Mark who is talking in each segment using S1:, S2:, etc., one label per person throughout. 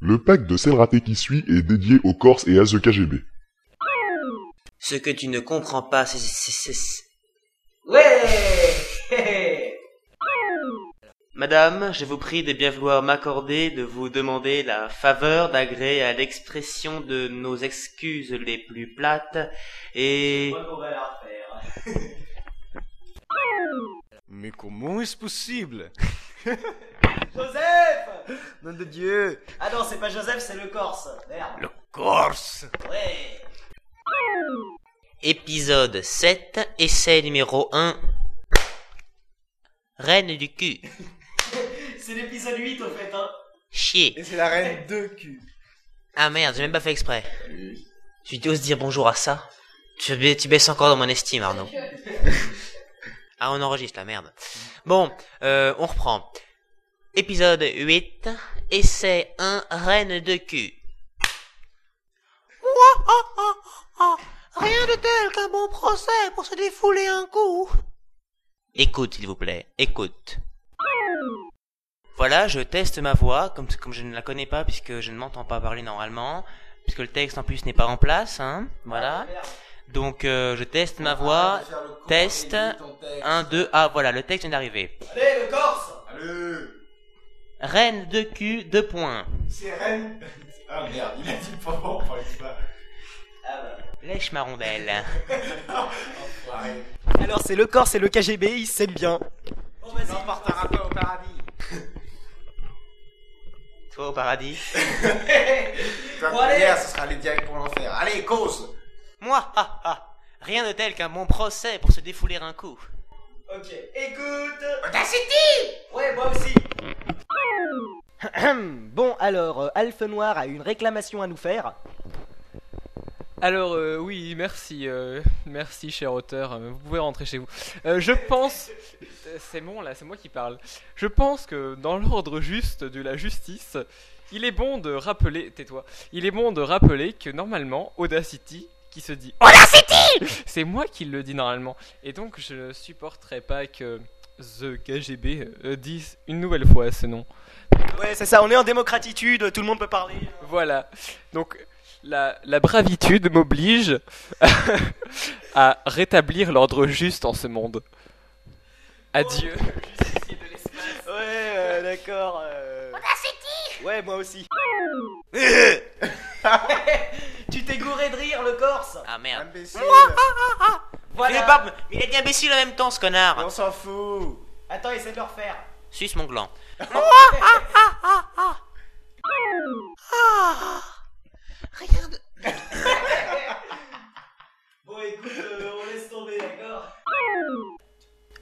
S1: Le pack de sel raté qui suit est dédié aux Corses et à The KGB.
S2: Ce que tu ne comprends pas, c'est- c'est... c'est- c'est-
S3: Ouais
S2: Madame, je vous prie de bien vouloir m'accorder de vous demander la faveur d'agréer à l'expression de nos excuses les plus plates et...
S4: Mais comment est-ce possible
S3: Joseph
S4: Nom de Dieu
S3: Ah non, c'est pas Joseph, c'est le Corse. Merde.
S4: Le Corse
S3: Ouais.
S2: Épisode 7, essai numéro 1. Reine du cul.
S3: C'est l'épisode 8 au fait, hein.
S2: Chier.
S4: Et c'est la reine de cul
S2: Ah merde, j'ai même pas fait exprès. Tu oses dire bonjour à ça tu, ba- tu baisses encore dans mon estime, Arnaud. ah, on enregistre la merde. Bon, euh, on reprend. Épisode 8, essai 1, reine de cul. ah, Rien de tel qu'un bon procès pour se défouler un coup. Écoute, s'il vous plaît, écoute. Voilà, je teste ma voix, comme, comme je ne la connais pas, puisque je ne m'entends pas parler normalement, puisque le texte en plus n'est pas en place, hein, voilà. Donc euh, je teste ma voix, test, 1, 2, ah voilà, le texte vient d'arriver.
S3: Allez, le Corse
S4: Allez
S2: Reine de cul, 2 points.
S4: C'est reine Ah merde, il a dit pas bon, par
S3: Ah bah.
S2: Lèche ma rondelle.
S5: Alors c'est le Corse et le KGB, ils s'aiment bien.
S3: Bon, vas-y.
S4: au paradis
S2: Toi au paradis
S4: Ta
S3: Bon, allez.
S4: prière, ce sera les directs pour l'enfer Allez, cause
S2: Moi, ah, ah, rien de tel qu'un bon procès pour se défouler un coup.
S3: Ok, écoute Ouais, moi aussi
S5: bon alors, euh, Alphe Noir a une réclamation à nous faire.
S6: Alors euh, oui, merci, euh, merci cher auteur, euh, vous pouvez rentrer chez vous. Euh, je pense, Euh, c'est bon là, c'est moi qui parle. Je pense que dans l'ordre juste de la justice, il est bon de rappeler, tais-toi, il est bon de rappeler que normalement Audacity qui se dit Audacity, c'est moi qui le dis normalement, et donc je ne supporterai pas que The KGB euh, dise une nouvelle fois ce nom.
S5: Ouais, c'est ça, on est en démocratitude, tout le monde peut parler.
S6: Voilà. Donc la, la bravitude m'oblige à rétablir l'ordre juste en ce monde. Adieu.
S5: Ouais, euh, d'accord. euh. Ouais, moi aussi.
S3: Tu t'es gouré de rire, le Corse ah,
S2: Ah merde.
S4: Imbécile
S2: Il est
S3: Voilà
S2: barbe- mais il a dit imbécile en même temps ce connard.
S4: On s'en fout
S3: Attends, essaie de le refaire
S2: Suce mon gland.
S3: Bon, écoute, euh, on laisse tomber, d'accord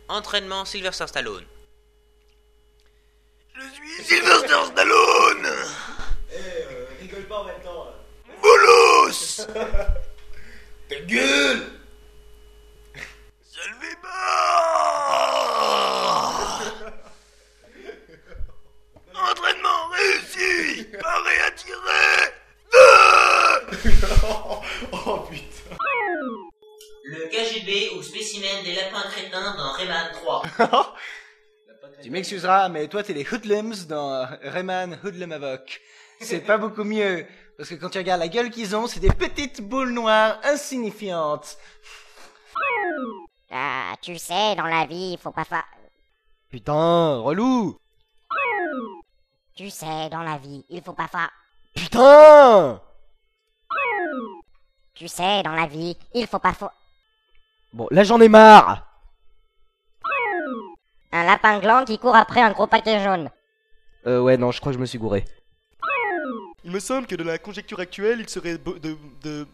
S2: Entraînement Sylvester Stallone.
S3: Eh, euh, rigole pas en même temps euh. là.
S4: Ta gueule
S2: Le KGB ou spécimen des lapins crétins dans Rayman 3.
S5: Tu m'excuseras, mais toi t'es les hoodlums dans euh, Rayman Hoodlum Avoc. C'est pas beaucoup mieux, parce que quand tu regardes la gueule qu'ils ont, c'est des petites boules noires insignifiantes.
S7: Ah, tu sais, dans la vie, il faut pas fa...
S5: Putain, relou
S7: Tu sais, dans la vie, il faut pas fa...
S5: Putain
S7: Tu sais, dans la vie, il faut pas fa...
S5: Bon, là j'en ai marre
S7: Un lapin gland qui court après un gros paquet jaune.
S5: Euh, ouais, non, je crois que je me suis gouré.
S8: Il me semble que de la conjecture actuelle, il serait bo- de, de...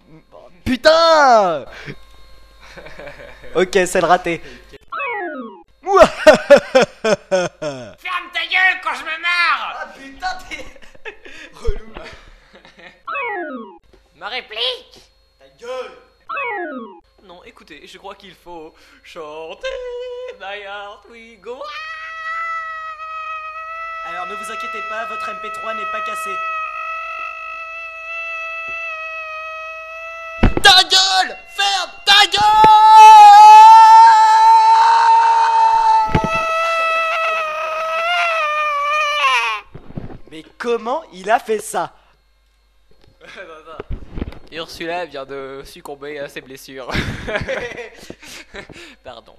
S5: Putain Ok, c'est le raté.
S3: Ah,
S6: Ma réplique Ta gueule Non, écoutez, je crois qu'il faut chanter My Heart We Go On.
S5: Alors ne vous inquiétez pas, votre MP3 n'est pas cassé.
S3: Mais comment il a fait ça
S6: Ursula vient de succomber à ses blessures. Pardon.